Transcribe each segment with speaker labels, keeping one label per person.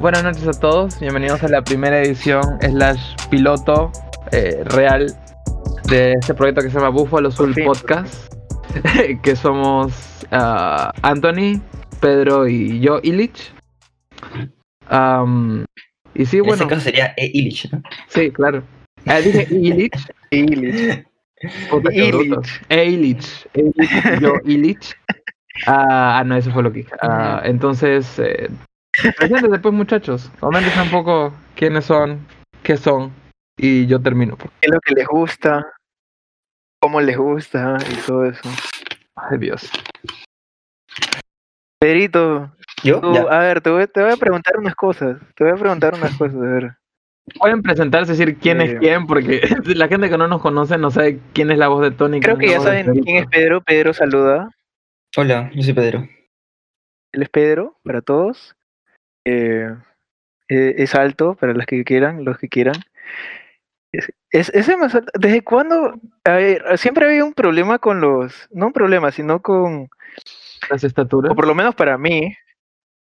Speaker 1: Buenas noches a todos, bienvenidos a la primera edición slash piloto eh, real de este proyecto que se llama Buffalo Soul
Speaker 2: fin, por
Speaker 1: Podcast, que somos ah, Anthony, Pedro y yo, Illich. Am, y sí,
Speaker 3: En
Speaker 1: bueno,
Speaker 3: este caso sería E. Illich, ¿no?
Speaker 1: sí, claro. Ah, dije Illich,
Speaker 2: Illich.
Speaker 1: puta, qué bruto. Eh, Illich, eh, Illich, yo, Illich. Ah, ah, no, eso fue lo que dije. Ah, entonces, eh, preséntense pues muchachos, comenten un poco quiénes son, qué son, y yo termino. por-
Speaker 2: ¿Qué es lo que les gusta? ¿Cómo les gusta? Y todo eso.
Speaker 1: Ay, Dios.
Speaker 2: Pedrito,
Speaker 3: Yo,
Speaker 2: tú-
Speaker 3: ya.
Speaker 2: a ver, te voy, te voy a preguntar unas cosas. Te voy a preguntar unas cosas, a ver.
Speaker 1: Pueden presentarse, decir quién es
Speaker 2: Eh,
Speaker 1: quién, porque la gente que no nos conoce no sabe quién es la voz de Tony.
Speaker 2: Creo que ya saben quién es Pedro. Pedro saluda.
Speaker 3: Hola, yo soy Pedro.
Speaker 2: Él es Pedro para todos. Eh, eh, es alto para los que quieran, los que quieran. Es, es, es el más alto. ¿Desde cuándo? A ver, siempre había un problema con los. No un problema, sino con.
Speaker 1: Las estaturas.
Speaker 2: O por lo menos para mí.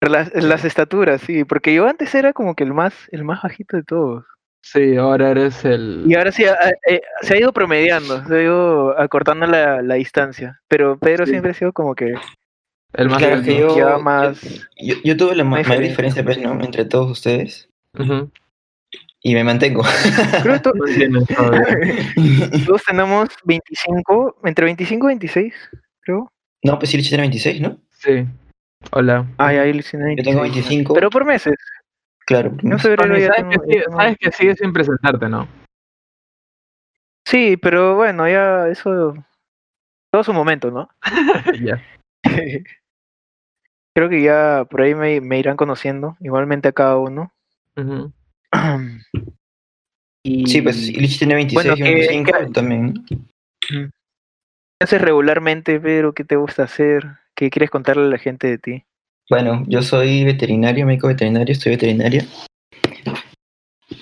Speaker 2: Las, las estaturas, sí. Porque yo antes era como que el más, el más bajito de todos.
Speaker 1: Sí, ahora eres el.
Speaker 2: Y ahora sí, a- a- eh, se ha ido promediando, se ha ido acortando la, la distancia. Pero Pedro
Speaker 1: Sí.
Speaker 2: siempre ha sido como que
Speaker 1: el más
Speaker 3: Claro,
Speaker 1: alto.
Speaker 3: que yo-
Speaker 2: ya más.
Speaker 3: Yo, yo tuve la ma-
Speaker 2: Muy
Speaker 3: mayor
Speaker 2: diferente.
Speaker 3: diferencia, pues, ¿no? Entre todos ustedes.
Speaker 1: Ujú.
Speaker 3: Y me mantengo.
Speaker 2: Creo que to-
Speaker 1: No entiendes todavía.
Speaker 2: Todos tenemos 25, entre 25 y 26, creo.
Speaker 3: no, pues Illich tiene 26, ¿no?
Speaker 1: Sí. Hola.
Speaker 2: Ay, ahí le tiene
Speaker 3: Yo tengo
Speaker 2: 26.
Speaker 3: 25.
Speaker 2: Pero por meses.
Speaker 3: claro.
Speaker 2: Yo en febrero
Speaker 1: Tony,
Speaker 2: ya
Speaker 1: sabes,
Speaker 2: tengo-
Speaker 1: que
Speaker 2: ya
Speaker 1: sigue,
Speaker 2: tengo
Speaker 1: sabes que sigue sin presentarte, ¿no?
Speaker 2: Sí, pero bueno, ya eso. Todo su momento, ¿no?
Speaker 1: ya.
Speaker 2: creo que ya por ahí me, me irán conociendo, igualmente a cada uno.
Speaker 1: Ujú.
Speaker 2: y
Speaker 3: Sí, pues Illich tiene 26
Speaker 2: Bueno,
Speaker 3: yo
Speaker 2: ¿qué-
Speaker 3: 25
Speaker 2: qué-
Speaker 3: también. ¿no?
Speaker 2: ¿Qué haces regularmente, Pedro? ¿Qué te gusta hacer? ¿Qué quieres contarle a la gente de ti?
Speaker 3: Bueno, yo soy veterinario, médico veterinario, estoy veterinaria.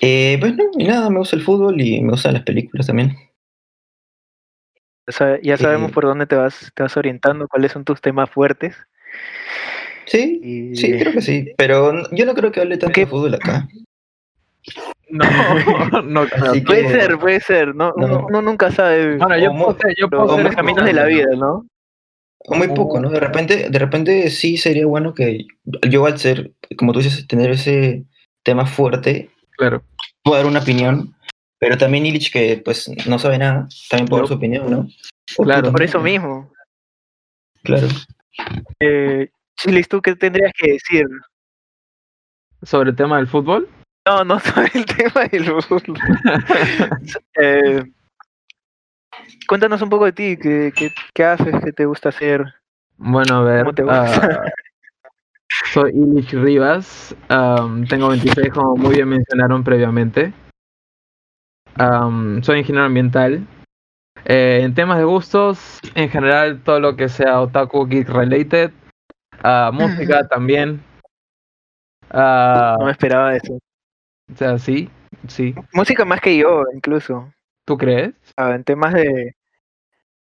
Speaker 3: Eh, pues no, y nada, me gusta el fútbol y me gustan las películas también.
Speaker 2: Ya sa- Ya sabemos
Speaker 3: Eh,
Speaker 2: por dónde te vas, te vas orientando, cuáles son tus temas fuertes.
Speaker 3: Sí,
Speaker 2: Y...
Speaker 3: sí, creo que sí. Pero no- yo no creo que hable tanto
Speaker 2: Eh. ¿Qué-
Speaker 3: de fútbol acá.
Speaker 1: No, no creo.
Speaker 3: Así
Speaker 2: Puede
Speaker 3: que-
Speaker 2: ser, puede ser. No,
Speaker 3: No.
Speaker 2: Uno, uno nunca sabe
Speaker 1: Bueno, yo
Speaker 3: o
Speaker 1: puedo
Speaker 3: mu-
Speaker 1: ser, yo puedo
Speaker 2: los,
Speaker 1: ser
Speaker 2: los
Speaker 3: muy-
Speaker 2: caminos de la vida, ¿no?
Speaker 3: O muy poco, ¿no? De repente, de repente sí sería bueno que yo al ser, como tú dices, tener ese tema fuerte,
Speaker 1: Claro.
Speaker 3: puedo dar una opinión, pero también Illich, que pues no sabe nada, también puedo dar su opinión, ¿no? O tú
Speaker 1: Claro.
Speaker 3: también,
Speaker 2: Por eso
Speaker 3: ¿no?
Speaker 2: mismo.
Speaker 3: Claro.
Speaker 2: Eh, Chilis, ¿tú qué tendrías que decir?
Speaker 1: Sobre el tema del fútbol.
Speaker 2: No, no sobre el tema del fútbol. Eh, cuéntanos un poco de ti, ¿qué, qué, qué haces, qué te gusta hacer?
Speaker 1: Bueno, a ver.
Speaker 2: ¿Cómo te
Speaker 1: ah,
Speaker 2: gusta?
Speaker 1: soy Illich Rivas. am, tengo 26, como muy bien mencionaron previamente. Am, soy ingeniero ambiental. Eh, en temas de gustos, en general, todo lo que sea otaku geek related. Ah, música también. Ah,
Speaker 2: No me esperaba eso.
Speaker 1: o sea, sí, sí.
Speaker 2: Música más que yo, incluso.
Speaker 1: ¿Tú crees?
Speaker 2: Ah, en temas de...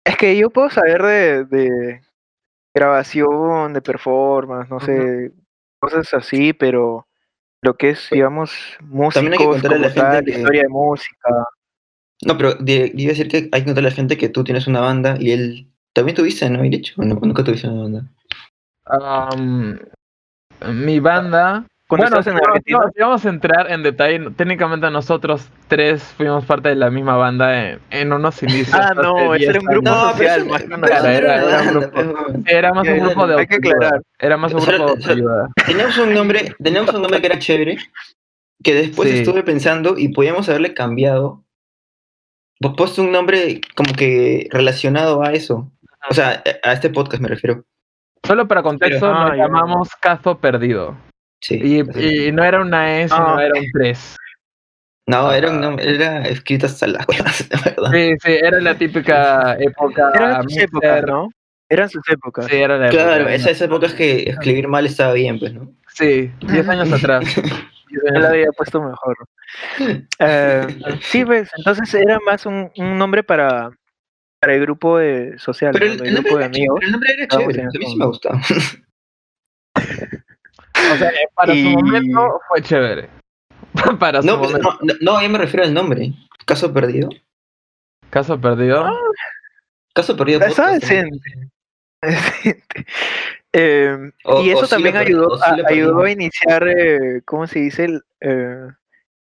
Speaker 2: Es que yo puedo saber de, de grabación, de performance, no
Speaker 1: Ujú.
Speaker 2: sé, cosas así, pero lo que es, digamos,
Speaker 3: Pues, también hay que
Speaker 2: músicos
Speaker 3: contarle a la
Speaker 2: como
Speaker 3: gente
Speaker 2: tal,
Speaker 3: que-
Speaker 2: historia de música.
Speaker 3: No, pero de- iba a decir que hay que contarle a la gente que tú tienes una banda y él también tuviste, ¿no, Illich? ¿O no? nunca tuviste una banda?
Speaker 1: Am, mi banda.
Speaker 2: Cuando
Speaker 1: bueno,
Speaker 2: estás en
Speaker 1: si vamos-
Speaker 2: Argentina,
Speaker 1: no, si vamos a entrar en detalle, no- técnicamente nosotros tres fuimos parte de la misma banda en, en unos inicios.
Speaker 2: Ah,
Speaker 1: hace
Speaker 2: no,
Speaker 1: 10
Speaker 2: ese era un grupo
Speaker 1: años.
Speaker 2: social,
Speaker 3: eso-
Speaker 2: más que una
Speaker 3: pero eso
Speaker 1: banda.
Speaker 3: era
Speaker 1: Era- era
Speaker 3: una
Speaker 1: un
Speaker 3: banda,
Speaker 1: grupo.
Speaker 3: pues, bueno.
Speaker 1: Era más un
Speaker 2: Hay que
Speaker 1: grupo de autoayuda.
Speaker 2: aclarar.
Speaker 1: Era más un
Speaker 3: Solo-
Speaker 1: grupo de autoayuda.
Speaker 3: Teníamos un nombre, teníamos un nombre que era chévere, que después
Speaker 1: Sí.
Speaker 3: estuve pensando y podíamos haberle cambiado. pues, Puesto un nombre como que relacionado a eso. O sea, a a este podcast me refiero.
Speaker 1: Solo para contexto,
Speaker 3: Pero-
Speaker 1: nos
Speaker 2: Ah, ya.
Speaker 1: llamamos Cazo Perdido.
Speaker 3: Sí.
Speaker 1: Y,
Speaker 3: así.
Speaker 1: y no era una E, S,
Speaker 2: Ah.
Speaker 1: no era un 3.
Speaker 3: no, era un nombre, era escrito hasta las huevas, la verdad.
Speaker 1: Sí, sí, era la típica época.
Speaker 3: ah,
Speaker 2: eran sus
Speaker 1: mixer.
Speaker 2: épocas, ¿no? Eran sus épocas.
Speaker 1: Sí, era la época.
Speaker 3: Claro, esas épocas que escribir mal estaba bien, pues, ¿no?
Speaker 1: Sí, 10 años atrás. 10
Speaker 2: Yo
Speaker 1: años
Speaker 2: la había puesto mejor. Eh, sí, pues, entonces era más un, un nombre para, para el grupo de social,
Speaker 3: Pero
Speaker 2: ¿no?
Speaker 3: el,
Speaker 2: el,
Speaker 3: el nombre
Speaker 2: grupo de
Speaker 3: era chévere,
Speaker 2: amigos.
Speaker 3: pero el nombre era
Speaker 2: Estaba muy
Speaker 3: chévere, a mí sí
Speaker 2: bien.
Speaker 3: me gustaba.
Speaker 1: O sea, para su
Speaker 3: Y-
Speaker 1: momento fue chévere. Para su
Speaker 3: No, pues,
Speaker 1: momento.
Speaker 3: no, no, no, yo me refiero al nombre. ¿Caso perdido?
Speaker 1: Caso perdido.
Speaker 3: ¿Caso perdido?
Speaker 2: Está
Speaker 3: podcast, ¿no?
Speaker 2: decente. Decente. Eh,
Speaker 3: O-
Speaker 2: y
Speaker 3: o
Speaker 2: eso
Speaker 3: sí
Speaker 2: también
Speaker 3: lo per-
Speaker 2: ayudó,
Speaker 3: o sí
Speaker 2: a,
Speaker 3: lo
Speaker 2: ayudó a
Speaker 3: perdimos.
Speaker 2: iniciar, eh, ¿cómo se dice? El, eh,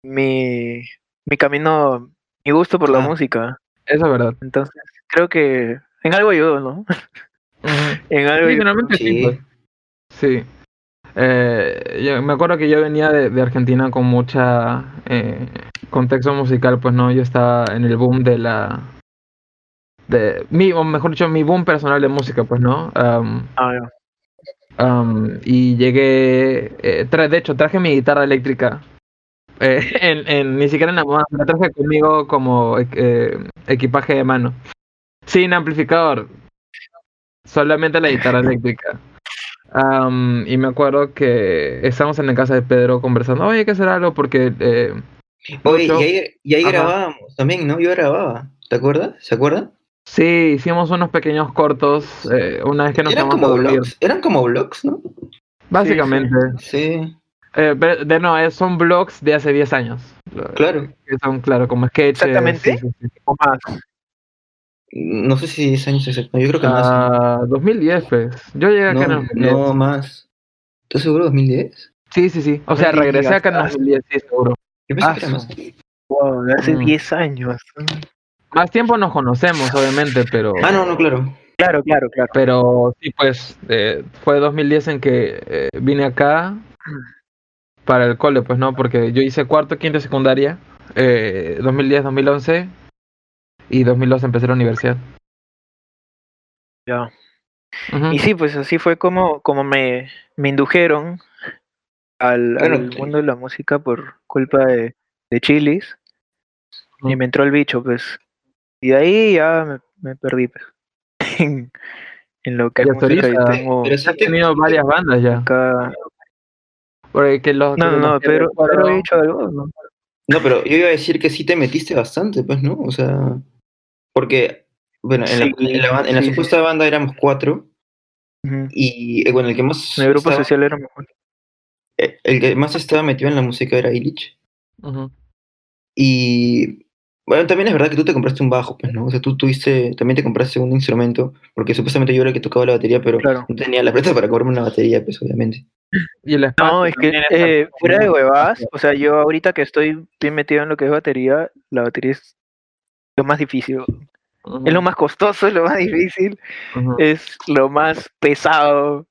Speaker 2: mi, mi camino, mi gusto por la
Speaker 3: Ah.
Speaker 2: música.
Speaker 1: Eso es verdad.
Speaker 2: Entonces, creo que en algo ayudó, ¿no?
Speaker 1: Ujú.
Speaker 2: En algo
Speaker 1: Sí,
Speaker 2: ayudó.
Speaker 1: generalmente sí.
Speaker 3: Sí.
Speaker 1: pues. Sí. Eh, yo me acuerdo que yo venía de, de Argentina con mucha eh, contexto musical, pues no, yo estaba en el boom de la de mi, o mejor dicho, mi boom personal de música, pues no. Am,
Speaker 2: Ah, ya.
Speaker 1: am, y llegué, eh, tra- de hecho, traje mi guitarra eléctrica. eh, en, en- ni siquiera en la moda, la traje conmigo como e- eh, equipaje de mano. Sin amplificador. Solamente la guitarra eléctrica. Am, y me acuerdo que estábamos en la casa de Pedro conversando, oye, hay que hacer algo porque eh,
Speaker 3: Oye,
Speaker 1: Mucho.
Speaker 3: y ahí, y ahí
Speaker 1: Ajá.
Speaker 3: grabábamos también, ¿no? Yo grababa. ¿Te acuerdas? ¿Se acuerdan?
Speaker 1: sí, hicimos unos pequeños cortos eh, una vez que nos
Speaker 3: eran
Speaker 1: quedamos a
Speaker 3: como
Speaker 1: dormir.
Speaker 3: vlogs. Eran como vlogs, ¿no?
Speaker 1: Básicamente.
Speaker 3: Sí,
Speaker 1: Eh, pero- de no, eh, son blogs de hace 10 años.
Speaker 3: claro.
Speaker 1: Que Son, claro, como sketches. sí,
Speaker 2: Exactamente.
Speaker 1: sí, sí.
Speaker 2: O más.
Speaker 3: No sé si 10 años exacto. Yo creo que más.
Speaker 1: Ah, 2010, pues. Yo llegué acá en
Speaker 3: No,
Speaker 1: 2010.
Speaker 3: no más. ¿Estás seguro 2010?
Speaker 1: Sí, sí, sí. O sea,
Speaker 2: No
Speaker 1: regresé
Speaker 2: digas,
Speaker 1: acá en
Speaker 2: ah,
Speaker 1: 2010, sí, seguro.
Speaker 3: Yo pensé
Speaker 2: Ah,
Speaker 3: que era más.
Speaker 2: su- Wow, de hace
Speaker 1: Mm.
Speaker 2: 10 años. Mm.
Speaker 1: Más tiempo nos conocemos, obviamente, pero.
Speaker 3: Ah, no, no, claro.
Speaker 2: Claro, claro, claro.
Speaker 1: Pero sí, pues, eh, fue 2010 en que eh, vine acá para el cole, pues, ¿no? Porque yo hice cuarto, quinto y secundaria, eh, 2010, 2011, y 2012 empecé la universidad.
Speaker 2: Ya.
Speaker 1: Ujú.
Speaker 2: Y sí, pues así fue como, como me, me indujeron al,
Speaker 3: Claro,
Speaker 2: al
Speaker 3: sí.
Speaker 2: mundo de la música por culpa de, de Chilis. Y
Speaker 1: Ujú.
Speaker 2: me entró el bicho, pues. Y de ahí ya me, me perdí, pues. En, en lo que
Speaker 1: Y
Speaker 2: es
Speaker 1: hasta
Speaker 2: música, yo
Speaker 1: ahorita,
Speaker 2: tengo
Speaker 3: Pero sí
Speaker 1: Has
Speaker 3: te-
Speaker 1: tenido varias bandas ya.
Speaker 2: acá.
Speaker 1: Porque que los,
Speaker 2: No,
Speaker 1: que
Speaker 2: no,
Speaker 1: los
Speaker 2: no,
Speaker 1: que
Speaker 2: pero,
Speaker 1: recuerdo-
Speaker 2: pero he hecho algo, ¿no?
Speaker 3: No, pero yo iba a decir que sí te metiste bastante, pues, ¿no? O sea, porque, bueno, en,
Speaker 2: Sí,
Speaker 3: la, en la ban- en la
Speaker 2: sí, sí,
Speaker 3: supuesta banda éramos cuatro
Speaker 2: Ujú.
Speaker 3: y, eh, bueno, el que más
Speaker 2: En el grupo
Speaker 3: estaba,
Speaker 2: social era mejor.
Speaker 3: eh, el que más estaba metido en la música era Illich.
Speaker 1: Ujú.
Speaker 3: Y, bueno, también es verdad que tú te compraste un bajo, pues, ¿no? O sea, tú tuviste, también te compraste un instrumento, porque supuestamente yo era el que tocaba la batería, pero
Speaker 2: Claro.
Speaker 3: no tenía la plata para comprarme una batería, pues, obviamente.
Speaker 1: Y el espacio
Speaker 2: No, es que
Speaker 1: también está-
Speaker 2: eh, fuera de huevadas, o sea, yo ahorita que estoy bien metido en lo que es batería, la batería es lo más difícil,
Speaker 1: Ujú,
Speaker 2: es lo más costoso, es lo más difícil,
Speaker 1: ujú.
Speaker 2: es lo más pesado,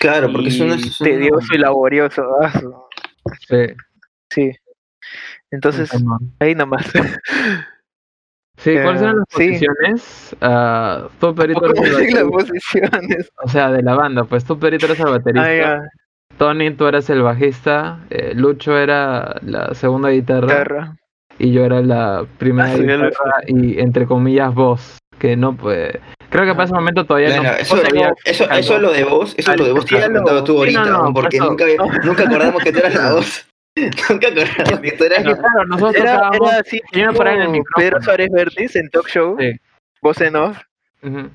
Speaker 3: Claro, porque es una...
Speaker 2: y
Speaker 3: es una-
Speaker 2: tedioso y laborioso. ah, su-
Speaker 1: Sí,
Speaker 2: Sí. Entonces,
Speaker 1: no.
Speaker 2: ahí nomás.
Speaker 1: Sí, ¿cuáles eran
Speaker 2: eh,
Speaker 1: las
Speaker 2: sí.
Speaker 1: posiciones? Ah, tú, Perito,
Speaker 2: ¿Cómo
Speaker 1: eres el
Speaker 2: se las
Speaker 1: baterista,
Speaker 2: posiciones?
Speaker 1: o sea, de la banda, pues tú, Perito, eres el baterista,
Speaker 2: Ah, ya,
Speaker 1: Tony, tú eras el bajista, eh, Lucho era la segunda guitarra
Speaker 2: guitarra.
Speaker 1: y yo era la primera
Speaker 2: Ah, sí, ya lo-
Speaker 1: guitarra y, entre comillas, voz, que no, pues, creo que para ese momento todavía
Speaker 3: Claro,
Speaker 1: no,
Speaker 3: eso,
Speaker 1: no sabía
Speaker 3: no, eso,
Speaker 1: algo.
Speaker 3: eso lo de vos, eso lo de vos te has
Speaker 2: Diálogo.
Speaker 3: inventado tú
Speaker 1: Sí, no,
Speaker 3: ahorita,
Speaker 1: no,
Speaker 3: ¿no? porque
Speaker 1: por eso.
Speaker 3: nunca, nunca acordamos que tú eras la voz. nunca acordamos que tú eras
Speaker 1: Es que,
Speaker 3: la
Speaker 1: claro, nosotros
Speaker 2: Era,
Speaker 1: tocábamos...
Speaker 2: era así,
Speaker 1: yo me paraba en el
Speaker 2: como
Speaker 1: micrófono.
Speaker 2: Pedro Suárez Vértiz en Talk Show,
Speaker 1: Sí.
Speaker 2: voz en off.
Speaker 1: Ujú.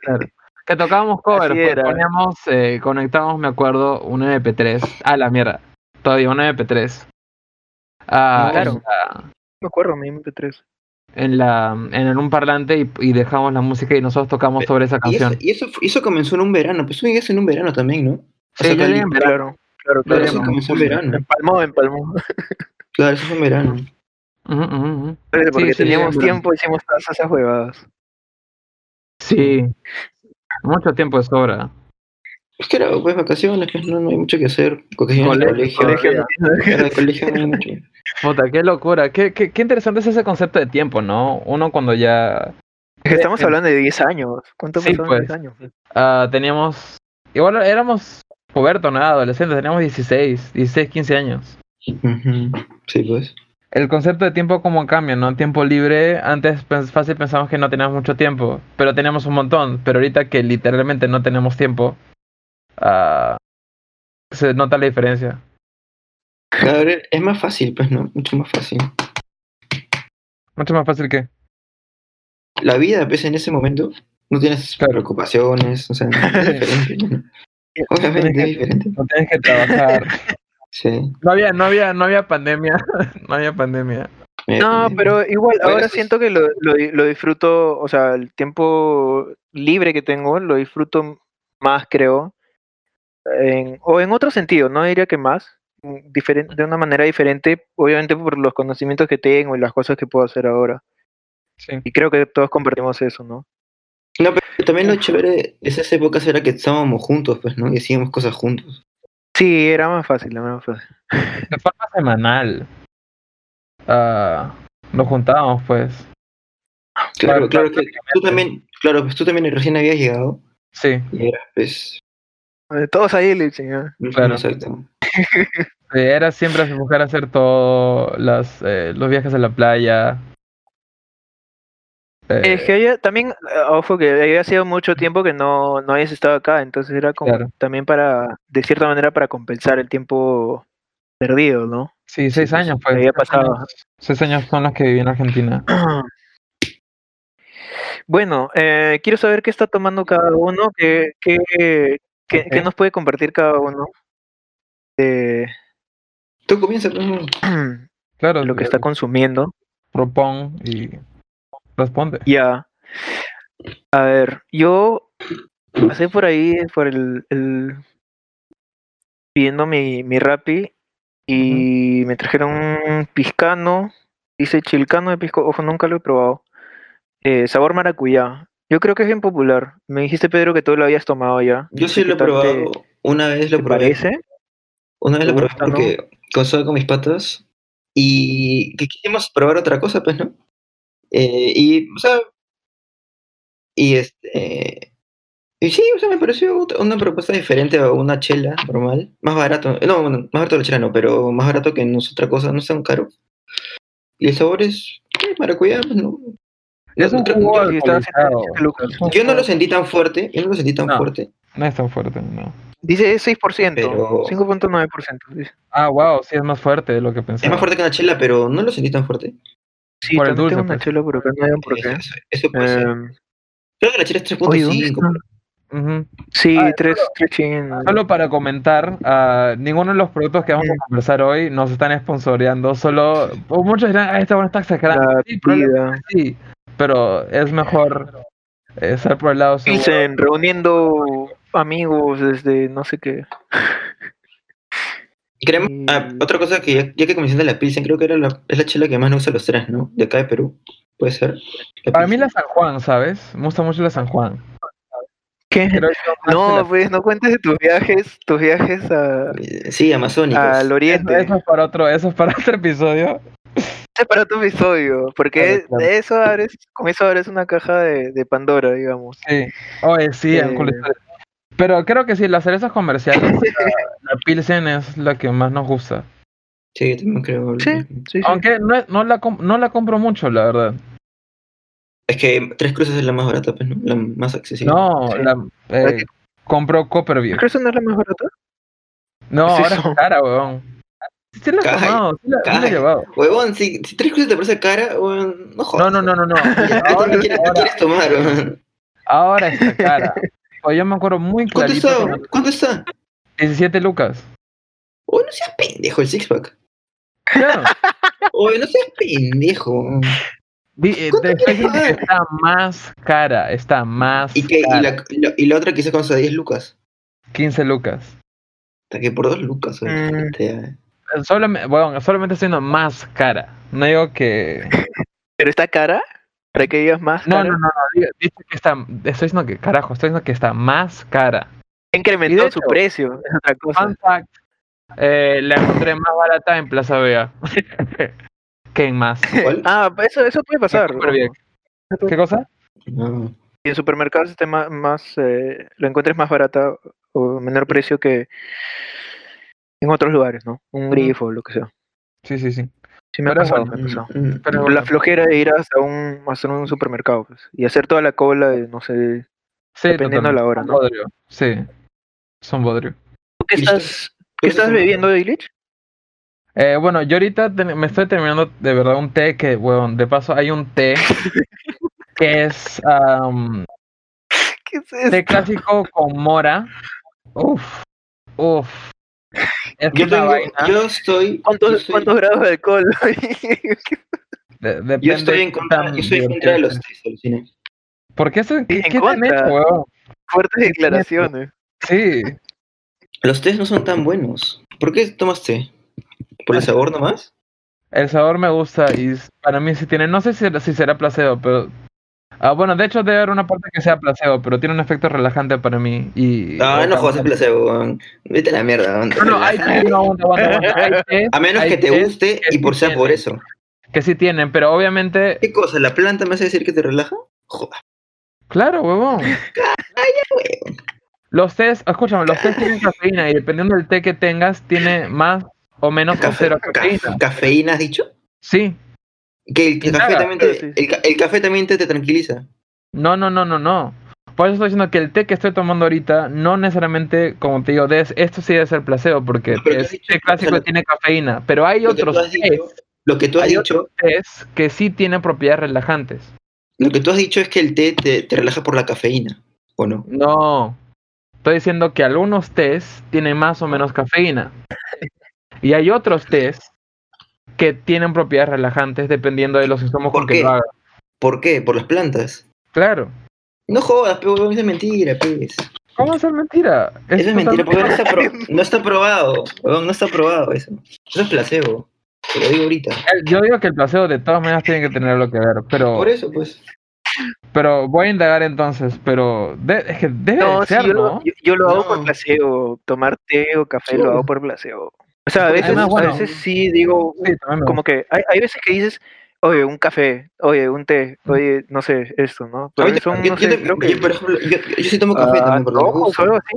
Speaker 1: Claro. Que tocábamos covers,
Speaker 2: Así
Speaker 1: pues,
Speaker 2: era.
Speaker 1: poníamos, eh, conectábamos, me acuerdo, un MP3. Ah, la mierda. Todavía un MP3. Ah,
Speaker 2: No, claro.
Speaker 1: en, la-
Speaker 2: Me acuerdo, mi MP3.
Speaker 1: en la, en, un parlante y, y dejamos la música y nosotros tocamos
Speaker 3: Pe-
Speaker 1: sobre esa
Speaker 3: Y eso,
Speaker 1: canción.
Speaker 3: y eso, fu- eso comenzó en un verano, pues tú llegaste en un verano también, ¿no?
Speaker 1: Sí, yo llegué en verano.
Speaker 2: Claro, claro,
Speaker 3: Claro,
Speaker 2: claro.
Speaker 3: eso comenzó en verano.
Speaker 2: Empalmó, empalmó.
Speaker 3: Claro, eso fue en verano.
Speaker 1: Ujú, ujú, ujú.
Speaker 2: Pero
Speaker 1: Sí,
Speaker 2: Porque
Speaker 1: sí,
Speaker 2: teníamos
Speaker 1: en verano.
Speaker 2: tiempo, hicimos todas esas huevadas.
Speaker 1: Sí. Mucho tiempo de sobra.
Speaker 3: Es que era pues vacaciones, pues no, no hay mucho que hacer. Porque yo en el
Speaker 1: Colegio,
Speaker 3: colegio,
Speaker 2: Colegio
Speaker 1: ya.
Speaker 2: no tiene-
Speaker 3: claro, el colegio no hay mucho.
Speaker 1: Puta, qué locura. Qué, qué, qué interesante es ese concepto de tiempo, ¿no? Uno cuando ya
Speaker 2: Es que Estamos hablando de 10 años. ¿Cuánto
Speaker 1: Em, Sí,
Speaker 2: pasaron
Speaker 1: pues.
Speaker 2: 10 años?
Speaker 1: ah, teníamos... Igual éramos Roberto, nada, adolescentes. Teníamos 16, 16, 15 años.
Speaker 3: Ujú, Sí, pues.
Speaker 1: El concepto de tiempo como cambia, ¿no? Tiempo libre, antes pens- fácil pensamos que no teníamos mucho tiempo, pero teníamos un montón, pero ahorita que literalmente no tenemos tiempo, ah, se nota la diferencia.
Speaker 3: Claro, es más fácil, pues, ¿no? Mucho más fácil.
Speaker 1: Mucho más fácil que...
Speaker 3: La vida, pues, en ese momento, no tienes
Speaker 1: Claro.
Speaker 3: preocupaciones, o sea, es diferente, ¿no? Obviamente es diferente.
Speaker 1: No tienes que trabajar.
Speaker 3: Sí.
Speaker 1: No había, no había, no había pandemia. No había pandemia.
Speaker 3: Eh,
Speaker 2: No,
Speaker 1: pues,
Speaker 2: pero igual,
Speaker 3: Bueno,
Speaker 2: ahora
Speaker 3: eso es-
Speaker 2: siento que lo, lo di- lo disfruto, o sea, el tiempo libre que tengo lo disfruto más, creo. en- o en otro sentido, no diría que más, mm, diferen- de una manera diferente, obviamente por los conocimientos que tengo y las cosas que puedo hacer ahora.
Speaker 1: Sí.
Speaker 2: Y creo que todos compartimos eso, ¿no?
Speaker 3: No, pero también lo chévere de esas épocas era que estábamos juntos, pues, ¿no? Y hacíamos cosas juntos.
Speaker 2: Sí, era más fácil, era más fácil.
Speaker 1: De forma semanal. Ah, nos juntábamos, pues.
Speaker 3: Claro,
Speaker 1: Claro,
Speaker 3: claro, que tú también, claro, pues tú también recién habías llegado.
Speaker 1: Sí,
Speaker 3: Y era, pues,
Speaker 2: Eh, Todos ahí, le señor.
Speaker 1: Claro.
Speaker 3: exacto.
Speaker 1: sí, era siempre hacer- buscar hacer todo, las, eh, los viajes a la playa. Eh,
Speaker 2: Es que había- también, eh, ojo, que había sido mucho tiempo que no, no habías estado acá, entonces era como
Speaker 1: Claro.
Speaker 2: también para, de cierta manera, para compensar el tiempo perdido, ¿no?
Speaker 1: sí, seis
Speaker 2: sí,
Speaker 1: años,
Speaker 2: sí,
Speaker 1: pues.
Speaker 2: había
Speaker 1: seis
Speaker 2: pasado.
Speaker 1: años- Seis años son los que viví en Argentina.
Speaker 2: Bueno, eh, quiero saber qué está tomando cada uno, qué, qué, qué- qué
Speaker 1: Ok.
Speaker 2: nos puede compartir cada uno de,
Speaker 3: Tú comienza con...
Speaker 2: de
Speaker 1: Claro,
Speaker 2: lo que está consumiendo.
Speaker 1: propon y responde.
Speaker 2: Ya. A ver, yo pasé por ahí, por el, el- pidiendo mi, mi Rappi y me trajeron un piscano, dice chilcano de pisco, ojo, nunca lo he probado. Eh, sabor maracuyá. Yo creo que es bien popular. Me dijiste, Pedro, que tú lo habías tomado ya.
Speaker 3: Yo
Speaker 2: No
Speaker 3: sí
Speaker 2: sé
Speaker 3: lo he
Speaker 2: qué tal te-
Speaker 3: probado, una vez lo
Speaker 2: ¿Te
Speaker 3: probé.
Speaker 2: parece?
Speaker 3: Una vez
Speaker 2: ¿Te
Speaker 3: lo probé
Speaker 2: gusta, no?
Speaker 3: porque consola con mis patas y que quisimos probar otra cosa, pues, ¿no? Eh, y, o sea, y este, y sí, o sea, me pareció ot- una propuesta diferente a una chela normal, más barato, no, bueno, más barato la chela no, pero más barato que no es otra cosa, no es tan caro. Y el sabor es eh, maracuyá, pues, ¿no? No,
Speaker 1: Es un
Speaker 3: yo-
Speaker 1: jugo
Speaker 3: yo-
Speaker 2: Sí, estaba
Speaker 1: alcoholizado.
Speaker 2: haciendo este lucas.
Speaker 3: yo no lo sentí tan fuerte, yo no lo sentí tan
Speaker 1: No.
Speaker 3: fuerte,
Speaker 1: No es tan fuerte, no.
Speaker 2: Dice 6%,
Speaker 3: Pero-
Speaker 2: 5.9%. dice.
Speaker 1: Ah, wow, sí, es más fuerte de lo que
Speaker 3: es
Speaker 1: pensaba.
Speaker 3: más fuerte que una chela, pero no lo sentí tan fuerte.
Speaker 2: Sí,
Speaker 1: Por el
Speaker 2: también
Speaker 1: dulce,
Speaker 2: tengo una
Speaker 1: pues.
Speaker 2: chela por acá, no vean por
Speaker 3: Eso,
Speaker 2: qué.
Speaker 3: eso- eso puede ser.
Speaker 2: Em,
Speaker 3: Creo que la chela es
Speaker 2: Oye, ¿dónde
Speaker 3: 3.5.
Speaker 2: está?
Speaker 1: Ujú.
Speaker 2: Sí,
Speaker 1: Ah,
Speaker 2: tres, tres chinos.
Speaker 1: Solo para comentar, ah, ninguno de los productos que vamos
Speaker 2: Eh.
Speaker 1: a conversar hoy nos están sponsoreando. Solo o muchos dirán, ah, esta buena está exagerando.
Speaker 2: La
Speaker 1: Sí, probablemente
Speaker 2: vida.
Speaker 1: sí, pero es mejor eh, estar por el lado seguro.
Speaker 2: Pilsen, reuniendo amigos desde no sé qué.
Speaker 3: Y Queremos, ah,
Speaker 2: Mm.
Speaker 3: otra cosa que ya, ya que comenzaste la Pilsen, creo que era la, es la chela que más nos gusta a los tres, ¿no? De acá de Perú, puede ser. La
Speaker 1: Para mí la
Speaker 3: Pilsen.
Speaker 1: San Juan, ¿sabes? Me gusta mucho la San Juan.
Speaker 2: ¿Qué?
Speaker 1: Creo que más que
Speaker 2: No,
Speaker 1: la-
Speaker 2: pues no cuentes de tus viajes, tus viajes a,
Speaker 3: Eh, Sí, amazónicos.
Speaker 2: al
Speaker 1: eso,
Speaker 2: oriente.
Speaker 1: eso es para otro, eso es para otro episodio.
Speaker 2: Ese es para tu episodio, porque
Speaker 1: Claro, claro.
Speaker 2: de eso abres, con eso abres una caja de, de Pandora, digamos.
Speaker 1: Sí, oye, sí,
Speaker 2: Eh.
Speaker 1: un culo de historia. Pero creo que sí, las cerezas comerciales, la, la Pilsen es la que más nos gusta.
Speaker 3: Sí, yo también creo.
Speaker 2: Sí, sí, sí.
Speaker 1: Aunque no, es- no, la, com- no la compro mucho, la verdad.
Speaker 3: Es que tres cruces es la más barata, pues, ¿no? La más accesible.
Speaker 1: no,
Speaker 2: sí.
Speaker 1: la, eh,
Speaker 2: ¿Verdad que-
Speaker 1: compro Copperview.
Speaker 2: ¿Crees que no es la más barata?
Speaker 1: No,
Speaker 2: ¿qué es
Speaker 1: ahora es
Speaker 2: eso?
Speaker 1: cara, weón. Sí la he
Speaker 3: Caray,
Speaker 1: tomado, sí la, sí la he
Speaker 3: caray.
Speaker 1: llevado.
Speaker 3: Huevón, si, si tres cruces te parece cara, huevón, no
Speaker 1: No,
Speaker 3: jodas.
Speaker 1: no, no, no, no.
Speaker 3: Ya,
Speaker 2: Este
Speaker 3: tú
Speaker 1: Ahora,
Speaker 3: también quieres, tú
Speaker 1: ahora,
Speaker 3: quieres tomar, huevón.
Speaker 1: ahora está cara. Pues yo me acuerdo muy
Speaker 3: ¿Cuánto
Speaker 1: clarito.
Speaker 3: está?
Speaker 1: cuando-
Speaker 3: ¿Cuánto está?
Speaker 1: 17 lucas.
Speaker 3: Uy, no seas pendejo el six-pack.
Speaker 1: Claro.
Speaker 3: Uy, no seas pendejo.
Speaker 1: Vi- eh,
Speaker 3: ¿Cuánto
Speaker 1: te estoy
Speaker 3: quieres
Speaker 1: diciendo que
Speaker 3: pagar?
Speaker 1: está más cara, está más
Speaker 3: ¿Y, qué? ¿Y,
Speaker 1: cara.
Speaker 3: la, la- y la otra quizás con 10 lucas.
Speaker 1: 15 lucas.
Speaker 3: Hasta que por dos lucas, huevón, Este, eh,
Speaker 2: Mm.
Speaker 3: te-
Speaker 1: Solamente, bueno, solamente siendo más cara. No digo que.
Speaker 2: ¿Pero está cara? ¿Para que digas más?
Speaker 1: No,
Speaker 2: cara?
Speaker 1: no, no, no. digo- dice que está. Estoy diciendo que, carajo, estoy diciendo que está más cara. Y
Speaker 2: Incrementó
Speaker 1: de
Speaker 2: su
Speaker 1: hecho-
Speaker 2: precio, es otra cosa.
Speaker 1: Fun fact: eh, la encontré más barata en Plaza Vega. que en más.
Speaker 3: ¿Cuál?
Speaker 2: Ah, eso, eso puede pasar.
Speaker 1: Copperview. ¿Qué cosa?
Speaker 3: No.
Speaker 2: y en supermercados esté ma- más, eh, lo encuentres más barata o menor precio que en otros lugares, ¿no? Un grifo o lo que sea.
Speaker 1: Sí, sí, sí.
Speaker 2: Sí me ha
Speaker 1: Pero
Speaker 2: pasado,
Speaker 1: bueno,
Speaker 2: me ha pasado.
Speaker 3: Mm,
Speaker 1: Pero
Speaker 2: Por
Speaker 1: bueno,
Speaker 2: La flojera de ir hasta un, hasta un supermercado pues, y hacer toda la cola de, no sé,
Speaker 1: sí,
Speaker 2: dependiendo de la hora,
Speaker 1: son
Speaker 2: ¿no?
Speaker 1: bodrio. Sí, son bodrio.
Speaker 2: ¿Tú qué
Speaker 3: Cristo-
Speaker 2: estás, qué
Speaker 3: Cristo
Speaker 2: estás
Speaker 3: es un-
Speaker 2: bebiendo, Dilich?
Speaker 1: Eh, bueno, yo ahorita ten- me estoy terminando de verdad un té que, weón, de paso hay un té que es am,
Speaker 2: ¿Qué es eso?
Speaker 1: té clásico con mora Uf, uf. Es
Speaker 3: Yo,
Speaker 1: una
Speaker 3: tengo-
Speaker 1: vaina.
Speaker 3: yo estoy. yo
Speaker 2: ¿Cuántos,
Speaker 3: soy-
Speaker 2: cuántos grados de alcohol?
Speaker 1: de- depende
Speaker 3: Yo estoy en
Speaker 1: qué
Speaker 3: contra,
Speaker 1: tan
Speaker 3: yo estoy en contra de los
Speaker 1: divertido
Speaker 3: test alucinantes.
Speaker 1: sea. ¿Por qué, se, qué,
Speaker 2: en
Speaker 1: qué te han
Speaker 2: contra.
Speaker 1: hecho, weón?
Speaker 2: Fuertes declaraciones.
Speaker 1: Sí.
Speaker 3: Los test no son tan buenos. ¿Por qué tomas té? ¿Por
Speaker 1: Pues-
Speaker 3: el sabor nomás?
Speaker 1: El sabor me gusta y s- para mí sí tiene, no sé si, si será placebo, pero... Ah, bueno, de hecho debe haber una parte que sea placebo, pero tiene un efecto relajante para mí y...
Speaker 3: Ah, no jodas
Speaker 1: jodas
Speaker 3: el placebo, weón. Vete a la mierda, weón.
Speaker 1: No, no, hay, no, aguanta, aguanta, aguanta. Hay test
Speaker 3: A menos
Speaker 1: hay
Speaker 3: que te
Speaker 1: test
Speaker 3: guste
Speaker 1: que
Speaker 3: y por
Speaker 1: sí
Speaker 3: sea por
Speaker 1: tienen.
Speaker 3: eso.
Speaker 1: que sí tienen, pero obviamente...
Speaker 3: ¿Qué cosa? ¿La planta me hace decir que te relaja? Joder,
Speaker 1: Claro, huevón. Los test, escúchame, los test tienen cafeína y dependiendo del té que tengas, tiene más o menos o
Speaker 3: Café,
Speaker 1: cero
Speaker 3: ca-
Speaker 1: cafeína.
Speaker 3: ¿Cafeína has dicho?
Speaker 1: Sí.
Speaker 3: Que el, que el café,
Speaker 1: Nada,
Speaker 3: también te,
Speaker 2: pero sí.
Speaker 3: el, ca- el café también te, te tranquiliza.
Speaker 1: No, no, no, no, no. Por eso estoy diciendo que el té que estoy tomando ahorita, no necesariamente, como te digo, des- esto sí debe ser placebo, porque
Speaker 3: No, pero tú
Speaker 1: es
Speaker 3: has dicho
Speaker 1: té
Speaker 3: que-
Speaker 1: clásico
Speaker 3: o sea, lo-
Speaker 1: tiene cafeína. Pero hay
Speaker 3: Lo que tú
Speaker 1: otros
Speaker 3: has dicho,
Speaker 1: tés,
Speaker 3: lo que tú has
Speaker 1: hay
Speaker 3: dicho,
Speaker 1: otros tés que sí tienen propiedades relajantes.
Speaker 3: lo que tú has dicho es que el té te, te relaja por la cafeína, ¿o no?
Speaker 1: No. Estoy diciendo que algunos tés tienen más o menos cafeína. Y hay otros tés que tienen propiedades relajantes dependiendo de los insumos
Speaker 3: ¿Por
Speaker 1: con que
Speaker 3: qué?
Speaker 1: lo hagas.
Speaker 3: ¿Por qué? Por las plantas.
Speaker 1: Claro.
Speaker 3: No jodas, pero weón, esa es mentira, pues.
Speaker 1: ¿Cómo es mentira?
Speaker 3: Eso es mentira, porque no
Speaker 1: totalmente-
Speaker 3: está, pro- no está probado. weón, no está probado eso. Eso es placebo. Te lo digo ahorita.
Speaker 1: Yo digo que el placebo de todas maneras tiene que tener lo que ver, pero...
Speaker 3: Por eso, pues.
Speaker 1: Pero voy a indagar entonces, pero de- es que debe
Speaker 2: No,
Speaker 1: de
Speaker 2: sí,
Speaker 1: ser,
Speaker 2: yo,
Speaker 1: ¿no?
Speaker 2: lo, yo, yo lo hago por
Speaker 3: No.
Speaker 2: placebo. Tomar té o café
Speaker 3: Sí.
Speaker 2: lo hago por placebo. O sea, a veces,
Speaker 1: Además, bueno.
Speaker 2: a veces sí digo,
Speaker 1: Sí, también me
Speaker 2: como que hay, hay veces que dices, oye, un café, oye, un té, oye, no sé, esto, ¿no? Pero
Speaker 3: Ahorita-
Speaker 2: son,
Speaker 3: yo,
Speaker 2: no
Speaker 3: yo
Speaker 2: sé,
Speaker 3: te-
Speaker 2: creo que...
Speaker 3: yo, por ejemplo, yo, yo sí tomo café
Speaker 2: ah,
Speaker 3: también, por lo que me
Speaker 2: antojos o
Speaker 3: gusta.
Speaker 2: algo así.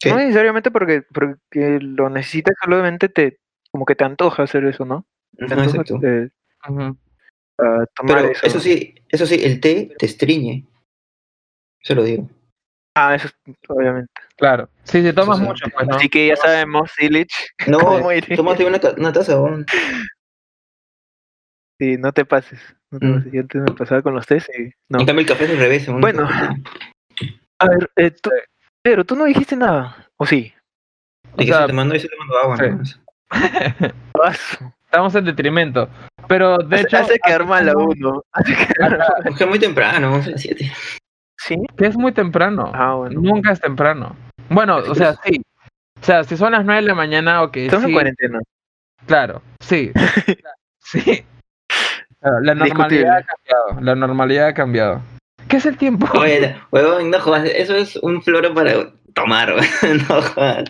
Speaker 3: ¿Qué?
Speaker 2: No necesariamente porque, porque lo necesitas, solamente te, como que te antoja hacer eso, ¿no? Te
Speaker 3: No,
Speaker 2: antoja,
Speaker 3: exacto.
Speaker 2: eh,
Speaker 1: gusta. Ujú.
Speaker 2: ah, tomar
Speaker 3: Pero
Speaker 2: eso.
Speaker 3: eso sí, eso sí, el té te estriñe. Se lo digo.
Speaker 2: Ah, eso es- obviamente.
Speaker 1: Claro. Sí, si tomas
Speaker 3: sí.
Speaker 1: mucho, pues no.
Speaker 2: Así que ya sabemos, Silich,
Speaker 3: No,
Speaker 2: ¿Cómo iré?
Speaker 3: tómate una, ta- una taza, weón.
Speaker 2: sí, no te pases. No te
Speaker 3: Mm.
Speaker 2: pases. Yo antes me pasaba con los test y no.
Speaker 3: En cambio, el café es al revés, weón.
Speaker 2: Bueno. A ver, eh, tú- pero tú no dijiste nada, ¿o sí?
Speaker 1: O
Speaker 3: Y que
Speaker 1: sea,
Speaker 3: se te mando, y se te mando agua,
Speaker 1: sí.
Speaker 3: ¿no?
Speaker 2: Ah, su-
Speaker 1: Estamos en detrimento. Pero de
Speaker 2: hace,
Speaker 1: hecho...
Speaker 2: hace quedar mal a
Speaker 1: como-
Speaker 2: uno. Hace quedar mal.
Speaker 3: Es que es muy temprano, vamos a las 7.
Speaker 2: ¿Sí?
Speaker 1: que es muy temprano.
Speaker 2: Ah, bueno.
Speaker 1: Nunca es temprano. Bueno, o sea, sí. O sea, si son las 9 de la mañana, ok,
Speaker 2: Estamos en
Speaker 1: Eh, sí,
Speaker 2: cuarentena.
Speaker 1: claro, sí. sí. Claro, la normalidad ha cambiado, la normalidad ha cambiado. ¿Qué es el tiempo?
Speaker 3: Oye, weón, no jodas. Eso es un floro para tomar, weón. No jodas.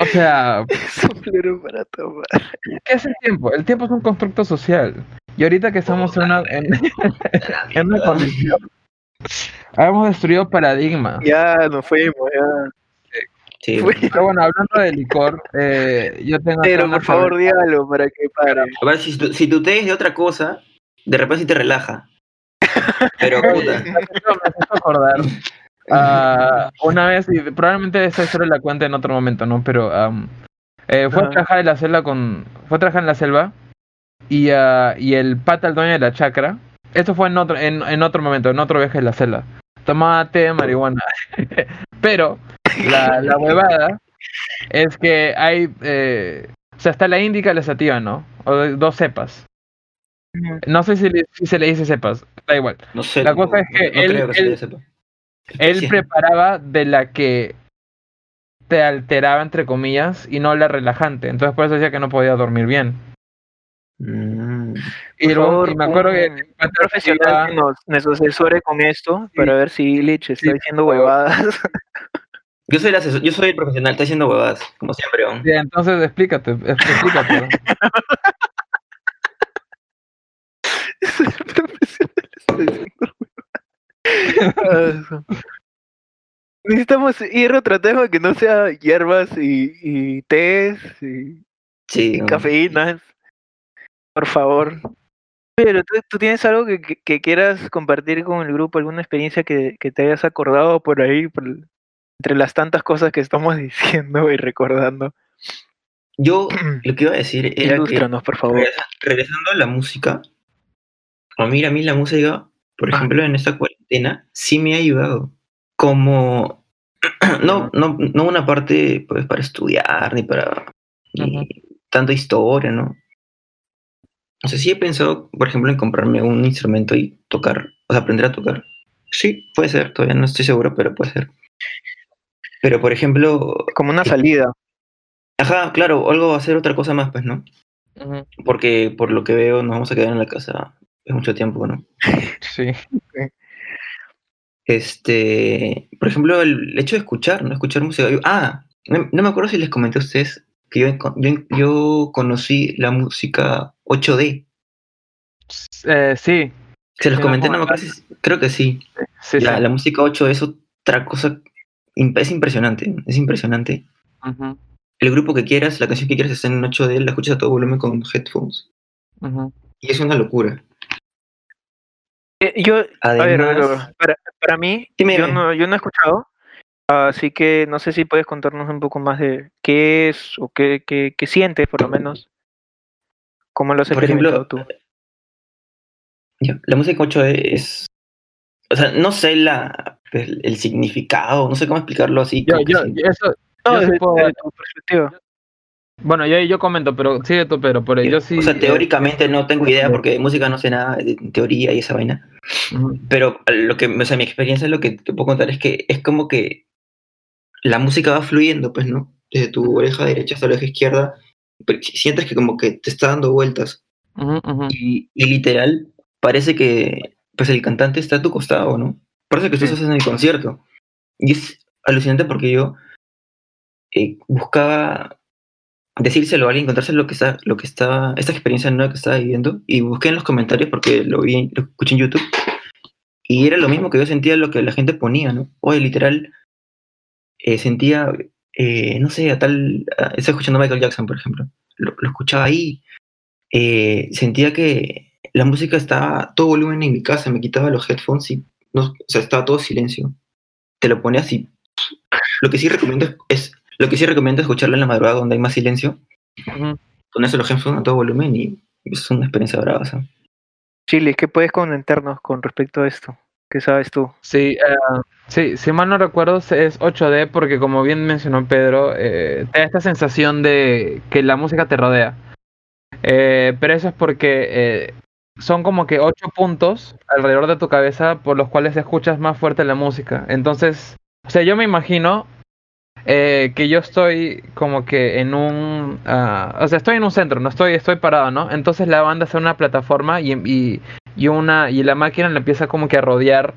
Speaker 1: O sea,
Speaker 2: Es un floro para tomar.
Speaker 1: ¿Qué es el tiempo? El tiempo es un constructo social. Y ahorita que estamos en una, en, en una condición. Hemos destruido paradigmas.
Speaker 2: Ya nos fuimos, ya.
Speaker 3: Sí,
Speaker 2: Fue-
Speaker 1: Pero bueno, hablando de licor, eh, yo tengo. acá
Speaker 2: Pero
Speaker 1: una
Speaker 2: por favor, diálogo para que pare.
Speaker 3: A ver, si, tu- si tu té es de otra cosa, de repente sí te relaja. Pero puta.
Speaker 1: cerveza. Yo Me hace acordar. ah, una vez, y probablemente esa historia la cuente en otro momento, ¿no? Pero am, eh, fue a
Speaker 2: Ajá.
Speaker 1: trabajar en la selva con. Fue a trabajar en la selva y, ah, y el pata, el dueño de la chacra. Esto fue en otro, en, en otro momento, en otro viaje en la selva. Tomaba té de marihuana. Pero la, la huevada es que hay. eh, o sea, está la índica y la sativa, ¿no? O de- dos cepas. No sé si, le- si se le dice cepas, da igual.
Speaker 3: No sé.
Speaker 1: La cosa es que
Speaker 3: tampoco, no
Speaker 1: él-
Speaker 3: creo que se
Speaker 1: él-
Speaker 3: lo sepa.
Speaker 1: Él
Speaker 3: Sí.
Speaker 1: preparaba de la que te alteraba, entre comillas, y no la relajante. Entonces por eso decía que no podía dormir bien.
Speaker 3: Mm.
Speaker 1: Y,
Speaker 2: Por
Speaker 1: luego-
Speaker 2: favor,
Speaker 1: y me acuerdo que
Speaker 2: un
Speaker 1: el pata
Speaker 2: profesional que
Speaker 1: iba-
Speaker 2: nos, nos asesore con esto para ver si Lich está
Speaker 1: Sí,
Speaker 2: diciendo
Speaker 1: por favor.
Speaker 2: huevadas.
Speaker 3: Yo soy el asesor, yo soy el profesional, está haciendo huevadas, como siempre. weón.
Speaker 1: Ya, entonces explícate, ex- explícate.
Speaker 2: Es el profesional está diciendo huevadas. Ah, Necesitamos ir a otro tema que no sea hierbas y, y tés y,
Speaker 3: Sí.
Speaker 2: y
Speaker 3: weón.
Speaker 2: cafeínas. Por favor. Pero tú, tú tienes algo que, que- que quieras compartir con el grupo, alguna experiencia que, que te hayas acordado por ahí, por- entre las tantas cosas que estamos diciendo y recordando.
Speaker 3: Yo lo que iba a decir era que
Speaker 2: pues, Ilústranos, por favor.
Speaker 3: regresa- regresando a la música, a mí, a mí la música por ejemplo, en esta cuarentena sí me ha ayudado. Como, no, no, no una parte pues para estudiar ni para ni
Speaker 1: Ajá.
Speaker 3: tanta historia, ¿no? O sea, sí he pensado, por ejemplo, en comprarme un instrumento y tocar, o sea, aprender a tocar. Sí, puede ser, todavía no estoy seguro, pero puede ser. Pero, por ejemplo,
Speaker 2: Como una salida.
Speaker 3: ajá, claro, algo hacer otra cosa más, pues, ¿no?
Speaker 1: Ujú.
Speaker 3: Porque por lo que veo nos vamos a quedar en la casa es mucho tiempo, ¿no?
Speaker 1: Sí.
Speaker 3: Este, por ejemplo, el hecho de escuchar, ¿no? Escuchar música. Yo- ah, no, no me acuerdo si les comenté a ustedes que yo, encon- yo, en- yo conocí la música 8D.
Speaker 1: Eh, sí,
Speaker 3: Se los
Speaker 1: Sí, la
Speaker 3: comenté, no me acuerdo
Speaker 1: comentaste.
Speaker 3: si, creo que sí.
Speaker 1: sí,
Speaker 3: la,
Speaker 1: sí.
Speaker 3: la música 8D es otra cosa, im- es impresionante, es impresionante.
Speaker 1: Ujú,
Speaker 3: El grupo que quieras, la canción que quieras está en 8D, la escuchas a todo volumen con headphones.
Speaker 1: ujú.
Speaker 3: Y es una locura.
Speaker 2: Eh, Yo, a ver, a ver, a ver,
Speaker 3: Además,
Speaker 2: para, para mí,
Speaker 3: Dime,
Speaker 2: yo
Speaker 3: dime.
Speaker 2: no, yo no he escuchado, así que no sé si puedes contarnos un poco más de qué es o qué, qué, qué sientes, por lo menos. ¿Cómo lo has
Speaker 3: Por ejemplo,
Speaker 2: experimentado tú?
Speaker 3: Ya, La música 8D es. O sea, no sé la, el, el significado, no sé cómo explicarlo así.
Speaker 1: Yo,
Speaker 3: como que
Speaker 1: yo,
Speaker 3: sin-
Speaker 1: eso, yo
Speaker 2: No,
Speaker 1: sí
Speaker 2: desde,
Speaker 1: puedo
Speaker 2: desde
Speaker 1: dar-
Speaker 2: tu perspectiva.
Speaker 1: bueno, yo, yo comento, pero sigue tú, pero, pero yo sí.
Speaker 3: o sea,
Speaker 1: eh,
Speaker 3: teóricamente no tengo idea
Speaker 1: eh,
Speaker 3: porque de música no sé nada, de teoría y esa vaina.
Speaker 1: ujú,
Speaker 3: Pero lo que, o sea, mi experiencia lo que te puedo contar es que es como que la música va fluyendo, pues, ¿no? Desde tu oreja derecha hasta la oreja izquierda. pero si- Sientes que como que te está dando vueltas.
Speaker 1: ujú, ujú.
Speaker 3: Y, y literal, parece que pues el cantante está a tu costado, ¿no? Parece que tú
Speaker 2: Sí.
Speaker 3: estás en el concierto. Y es alucinante porque yo eh, buscaba decírselo a alguien, encontrarse lo que está, lo que estaba, esta experiencia nueva que estaba viviendo, y busqué en los comentarios porque lo vi, en- lo escuché en YouTube, y era lo mismo que yo sentía lo que la gente ponía, ¿no? Oye, literal, eh, sentía, eh, no sé, a tal, a- estaba escuchando a Michael Jackson, por ejemplo, lo, lo escuchaba ahí, eh, sentía que la música estaba a todo volumen en mi casa, me quitaba los headphones y, no, o sea, estaba todo silencio, te lo ponías y lo que sí recomiendo es, es- lo que sí recomiendo es escucharlo en la madrugada donde hay más silencio,
Speaker 1: Ujú.
Speaker 3: ponerse los headphones a todo volumen y es una experiencia brava. o sea.
Speaker 2: Chile, ¿qué puedes comentarnos con respecto a esto? ¿Qué sabes tú?
Speaker 1: Sí, eh, sí, si mal no recuerdo se- es 8D porque como bien mencionó Pedro, eh, te da esta sensación de que la música te rodea. Eh, pero eso es porque eh, son como que 8 puntos alrededor de tu cabeza por los cuales escuchas más fuerte la música. Entonces, o sea, yo me imagino eh, que yo estoy como que en un... ah, o sea, estoy en un centro, no estoy, estoy parado, ¿no? Entonces la banda está en una plataforma y, y, y una, y la máquina la empieza como que a rodear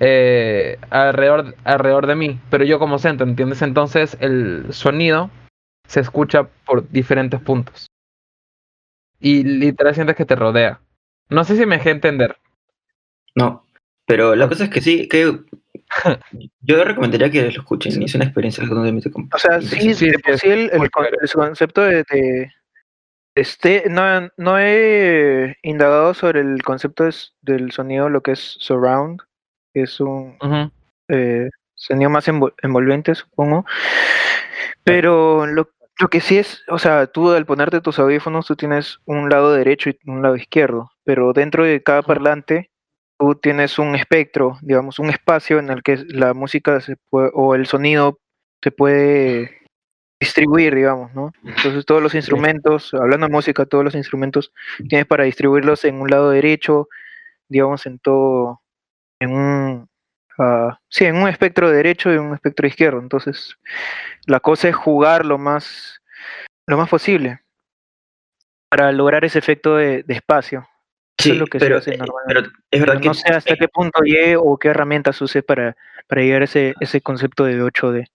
Speaker 1: eh, alrededor, alrededor de mí, pero yo como centro, ¿entiendes? Entonces el sonido se escucha por diferentes puntos. Y literal sientes que te rodea. No sé si me dejé entender.
Speaker 3: No, pero la cosa es que sí, que yo recomendaría que lo escuchen, es una experiencia donde me te
Speaker 2: O sea, sí,
Speaker 1: Sí,
Speaker 2: de
Speaker 1: sí,
Speaker 2: por
Speaker 1: es
Speaker 2: sí el, el
Speaker 1: muy
Speaker 2: con-
Speaker 1: chévere.
Speaker 2: el concepto de, de- este, no, no he indagado sobre el concepto de s- del sonido, lo que es surround, que es un
Speaker 1: Ujú.
Speaker 2: eh, sonido más envol- envolvente, supongo. Pero lo, lo que sí es, o sea, tú al ponerte tus audífonos, tú tienes un lado derecho y un lado izquierdo, pero dentro de cada parlante tú tienes un espectro, digamos, un espacio en el que la música se puede, o el sonido se puede distribuir, digamos, ¿no? Entonces todos los instrumentos, hablando de música, todos los instrumentos tienes para distribuirlos en un lado derecho, digamos, en todo, en un, ah, sí, en un espectro derecho y un espectro izquierdo. Entonces la cosa es jugar lo más, lo más posible para lograr ese efecto de, de espacio. Eso es lo que se
Speaker 3: pero,
Speaker 2: hace
Speaker 3: eh,
Speaker 2: normalmente.
Speaker 3: pero es verdad
Speaker 2: Pero
Speaker 3: que
Speaker 2: no sé hasta qué punto llegue o qué herramientas use para, para llegar a ese, ese concepto de 8D.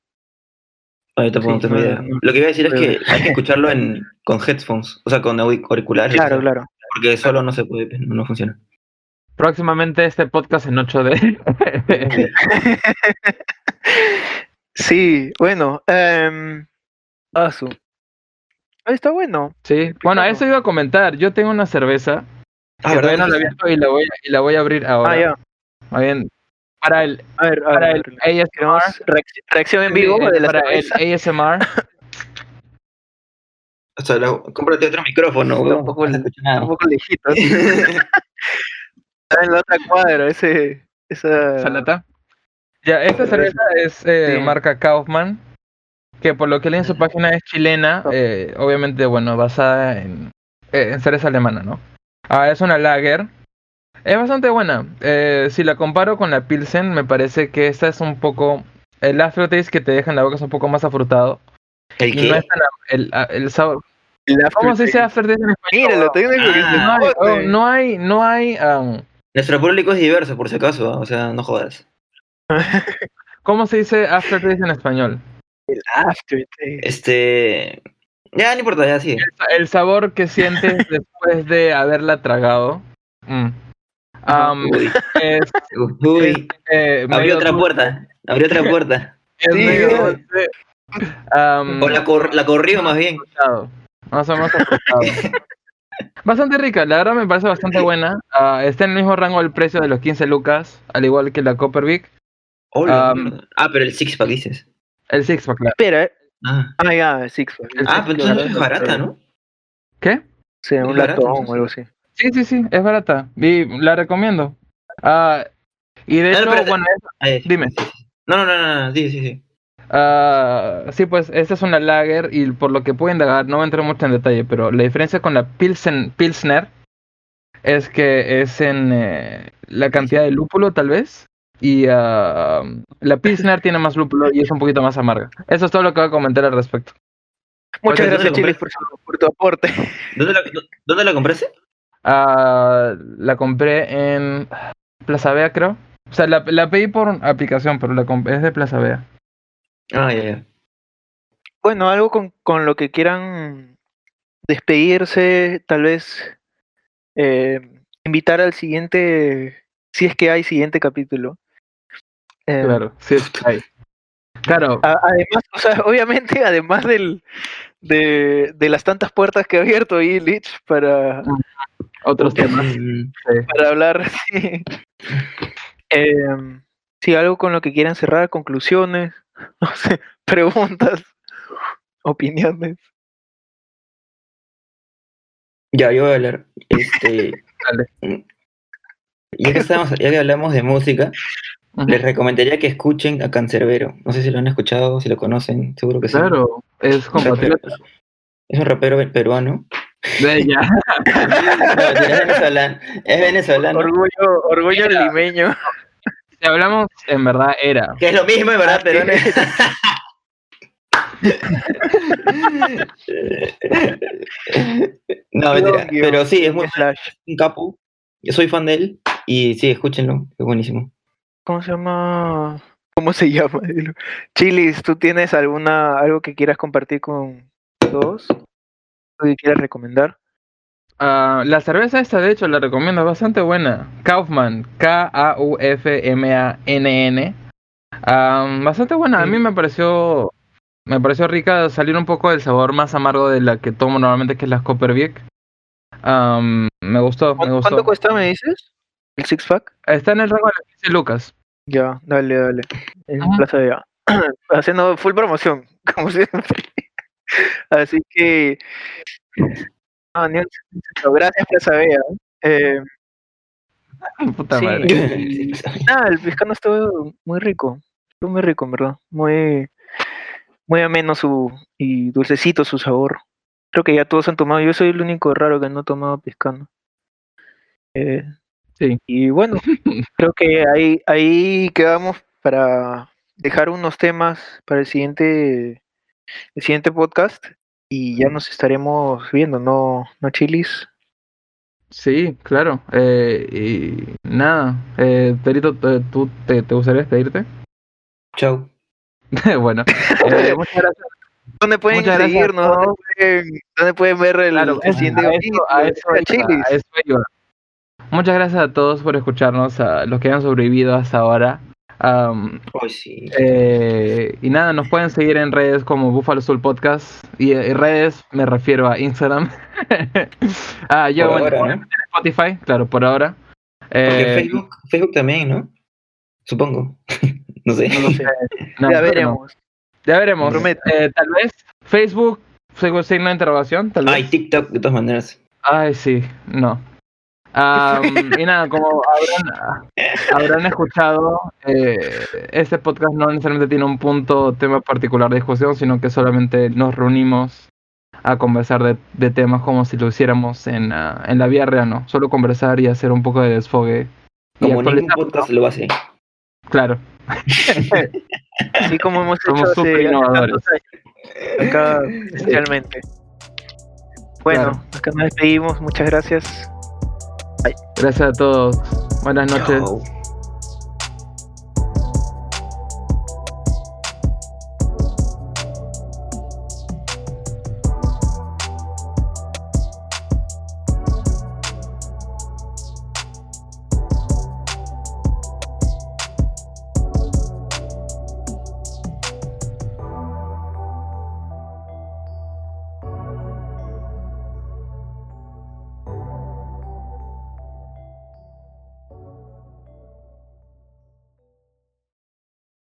Speaker 3: Ay, Ah, tampoco
Speaker 2: sí,
Speaker 3: tengo
Speaker 2: no,
Speaker 3: idea.
Speaker 2: no.
Speaker 3: Lo que iba a decir es que
Speaker 2: Pero-
Speaker 3: hay que escucharlo en, con headphones, o sea, con auri- auriculares,
Speaker 2: Claro,
Speaker 3: o sea,
Speaker 2: claro.
Speaker 3: porque solo no se puede, pues, no, no funciona.
Speaker 1: Próximamente este podcast en 8D.
Speaker 2: Sí, bueno. em, ah, su- ah, está bueno.
Speaker 1: sí. Bueno, eso iba a comentar. Yo tengo una cerveza
Speaker 3: Ah,
Speaker 1: que todavía
Speaker 3: ¿verdad?
Speaker 1: no la he abierto y la voy, y la voy a abrir ahora.
Speaker 2: Ah, ya.
Speaker 1: Más bien, para el,
Speaker 2: A ver, a
Speaker 1: para
Speaker 2: ver,
Speaker 1: el
Speaker 2: a ver.
Speaker 1: ASMR.
Speaker 2: Queremos reacc- reacción en vivo
Speaker 1: sí,
Speaker 2: de la
Speaker 1: para
Speaker 2: cerveza.
Speaker 1: el ASMR.
Speaker 3: O sea, la- cómprate otro micrófono,
Speaker 2: Está
Speaker 3: weón.
Speaker 2: un poco
Speaker 3: no se
Speaker 2: el-
Speaker 3: escucha nada.
Speaker 2: Un poco lejitos. Está en la otra cuadra, ese. Esa.
Speaker 1: esa lata. Ya, esta cerveza es eh,
Speaker 3: Sí.
Speaker 1: marca Kaufman, que por lo que leí en su página es chilena, eh, obviamente, bueno, basada en, eh, en cerveza alemana, ¿no? Ah, es una lager. Es bastante buena. Eh, si la comparo con la Pilsen, me parece que esta es un poco... El aftertaste que te deja en la boca es un poco más afrutado.
Speaker 3: ¿El
Speaker 1: Y
Speaker 3: qué?
Speaker 1: no es tan... a- El, a- el sabor...
Speaker 2: El
Speaker 1: ¿Cómo se dice
Speaker 2: aftertaste.
Speaker 1: aftertaste en español?
Speaker 2: Mira, lo técnico que se
Speaker 3: Ah,
Speaker 1: No hay,
Speaker 2: jote.
Speaker 1: oh, no hay, no hay, ah,
Speaker 3: Nuestro público es diverso, por si acaso, ah, o sea, no jodas.
Speaker 1: ¿Cómo se dice aftertaste en español?
Speaker 2: El aftertaste.
Speaker 3: Este. Ya, no importa, ya sigue.
Speaker 1: El sabor que sientes después de haberla tragado. Mm.
Speaker 2: Um,
Speaker 1: Am,
Speaker 3: Uy,
Speaker 1: es,
Speaker 3: uy.
Speaker 1: eh,
Speaker 3: Abrió
Speaker 1: medio
Speaker 3: otra
Speaker 1: dulce,
Speaker 3: puerta. Abrió otra puerta.
Speaker 1: es
Speaker 2: Sí,
Speaker 1: medio
Speaker 2: ¿verdad?
Speaker 1: dulce. Am,
Speaker 3: O la, cor- la corrió más bien.
Speaker 1: afrutado. Más o menos afrutado. Bastante rica, la verdad me parece bastante buena. Ah, está en el mismo rango del precio de los 15 lucas, al igual que la Copper Vic.
Speaker 3: Hola,
Speaker 2: Um,
Speaker 1: Am.
Speaker 3: mierda. ah, pero el six pack dices.
Speaker 1: El Six Pack, claro.
Speaker 2: Espera, eh.
Speaker 3: Ah,
Speaker 2: Ah, ya, Six Pack.
Speaker 1: El
Speaker 3: Ah, pero entonces es barata, ¿no?
Speaker 1: ¿Qué?
Speaker 2: Sí, un
Speaker 3: es barato,
Speaker 2: latón
Speaker 3: entonces.
Speaker 2: o algo así.
Speaker 1: Sí, sí, sí, es barata. Y la recomiendo. Ah, y de
Speaker 3: Ah, no,
Speaker 1: hecho,
Speaker 3: espérate.
Speaker 1: bueno,
Speaker 3: Ahí.
Speaker 1: Dime.
Speaker 3: No, no, no, no, no, sí, sí, sí.
Speaker 1: Ah, sí, pues esta es una lager y por lo que pude indagar, no voy a entrar mucho en detalle, pero la diferencia con la Pilsen, Pilsner es que es en eh, la cantidad de lúpulo, tal vez, y ah, la Pilsner tiene más lúpulo y es un poquito más amarga. Eso es todo lo que voy a comentar al respecto.
Speaker 3: Oye,
Speaker 2: Muchas
Speaker 3: ¿dónde
Speaker 2: gracias,
Speaker 3: lo
Speaker 2: Chiles, por, su- por tu aporte.
Speaker 3: ¿Dónde la, dó- dónde la compraste?
Speaker 1: Ah, la compré en Plaza Vea, creo. O sea, la, la pedí por aplicación, pero la compré, es de Plaza Vea.
Speaker 3: Ah, ya, ya.
Speaker 2: Bueno, algo con, con lo que quieran despedirse, tal vez eh, invitar al siguiente, si es que hay siguiente capítulo. Eh,
Speaker 1: Claro, sí, es ahí. Claro,
Speaker 2: a- además, o sea, obviamente, además del, de, de las tantas puertas que ha abierto ahí Lich para,
Speaker 1: otros temas. sí.
Speaker 2: para hablar. sí. Em, sí, algo con lo que quieran cerrar, conclusiones, no sé, preguntas, opiniones.
Speaker 3: Ya, yo voy a hablar. Este, ya, que estamos, ya que hablamos de música,
Speaker 1: Ujú.
Speaker 3: les recomendaría que escuchen a Cancerbero. No sé si lo han escuchado, si lo conocen, seguro que pues sí.
Speaker 1: Claro, es
Speaker 3: Un rapero-
Speaker 1: compatriota
Speaker 3: es un rapero peruano.
Speaker 1: de ella.
Speaker 3: No, mentira, es venezolano. Es venezolano.
Speaker 2: Orgullo, orgullo
Speaker 1: Mira.
Speaker 2: limeño.
Speaker 1: Si hablamos, en verdad era.
Speaker 3: Que es lo mismo, en verdad, pero no es- No, mentira.
Speaker 2: Guión,
Speaker 3: Pero sí, es muy
Speaker 2: Slash.
Speaker 3: un capo. Yo soy fan de él. Y sí, escúchenlo. Es buenísimo.
Speaker 2: ¿Cómo se llama? ¿Cómo se llama? Dilo. Chilis, ¿tú tienes alguna algo que quieras compartir con todos? ¿Algo que quieras recomendar?
Speaker 1: Ah, la cerveza esta, de hecho, la recomiendo, es bastante buena. Kaufman, K-A-U-F-M-A-N-N. Ah, bastante buena, a mí
Speaker 2: Sí.
Speaker 1: me pareció, me pareció rica salir un poco del sabor más amargo de la que tomo normalmente, que es la Copperbeak. Ah, me gustó, me
Speaker 2: ¿Cuánto,
Speaker 1: gustó.
Speaker 2: cuesta, me dices? ¿El six pack?
Speaker 1: Está en el rango de los 15 lucas.
Speaker 2: Ya, dale, dale. En
Speaker 1: Ajá.
Speaker 2: Plaza de A. Haciendo full promoción, como siempre. Así que. Ah, ni un centavo. Gracias, Plaza Vea. Eh,
Speaker 1: Puta
Speaker 2: Sí.
Speaker 1: madre.
Speaker 2: nada, el pescado estuvo muy rico. Estuvo muy rico, en verdad. Muy, muy ameno su, y dulcecito su sabor. Creo que ya todos han tomado. Yo soy el único raro que no ha tomado pescado. Eh,
Speaker 1: Sí.
Speaker 2: Y bueno, creo que ahí, ahí quedamos para dejar unos temas para el siguiente, el siguiente podcast. Y ya nos estaremos viendo, ¿no, no chilis?
Speaker 1: Sí, claro. Eh, y nada, eh, Terito, te- ¿tú te, te gustaría despedirte?
Speaker 3: Chau.
Speaker 1: bueno, eh, muchas gracias.
Speaker 2: ¿Dónde pueden
Speaker 1: Muchas gracias a
Speaker 2: seguirnos? ¿Dónde pueden, dónde pueden ver el,
Speaker 1: Claro,
Speaker 2: el
Speaker 1: eso-
Speaker 2: siguiente
Speaker 1: a
Speaker 2: capítulo?
Speaker 1: eso- a eso
Speaker 2: Gracias,
Speaker 1: iba,
Speaker 2: Chilis.
Speaker 1: a eso iba. Muchas gracias a todos por escucharnos, a los que han sobrevivido hasta ahora. Am,
Speaker 3: Ay, sí.
Speaker 1: eh, y nada, nos pueden seguir en redes como Buffalo Soul Podcast. Y eh, redes me refiero a Instagram. ah, yo
Speaker 3: Por
Speaker 1: bueno,
Speaker 3: ahora, ¿no?
Speaker 1: Spotify, claro, por ahora.
Speaker 3: Porque
Speaker 1: Eh,
Speaker 3: Facebook, Facebook también, ¿no? Supongo. no sé.
Speaker 2: No lo sé,
Speaker 1: no, creo
Speaker 2: ya
Speaker 1: que no.
Speaker 2: veremos.
Speaker 1: Ya veremos.
Speaker 2: Prometo.
Speaker 1: Eh, tal vez Facebook,
Speaker 3: Ah,
Speaker 1: sigo signo de interrogación, tal vez.
Speaker 3: Ay, TikTok, de todas maneras.
Speaker 1: Ay, sí, no. Um, y nada, como habrán, habrán escuchado, eh, este podcast no necesariamente tiene un punto, tema particular de discusión, sino que solamente nos reunimos a conversar de, de temas como si lo hiciéramos en, ah, en la vida real, ¿no? Solo conversar y hacer un poco de desfogue. Y
Speaker 3: Como ningún
Speaker 1: actualizar,
Speaker 3: podcast lo hace.
Speaker 1: claro.
Speaker 2: Así como hemos
Speaker 1: Somos
Speaker 2: hecho
Speaker 1: súper
Speaker 2: hace
Speaker 1: innovadores.
Speaker 2: tantos años, acá especialmente. Bueno,
Speaker 1: Claro.
Speaker 2: acá nos despedimos, muchas gracias.
Speaker 1: Gracias a todos. Buenas noches.
Speaker 3: Chao.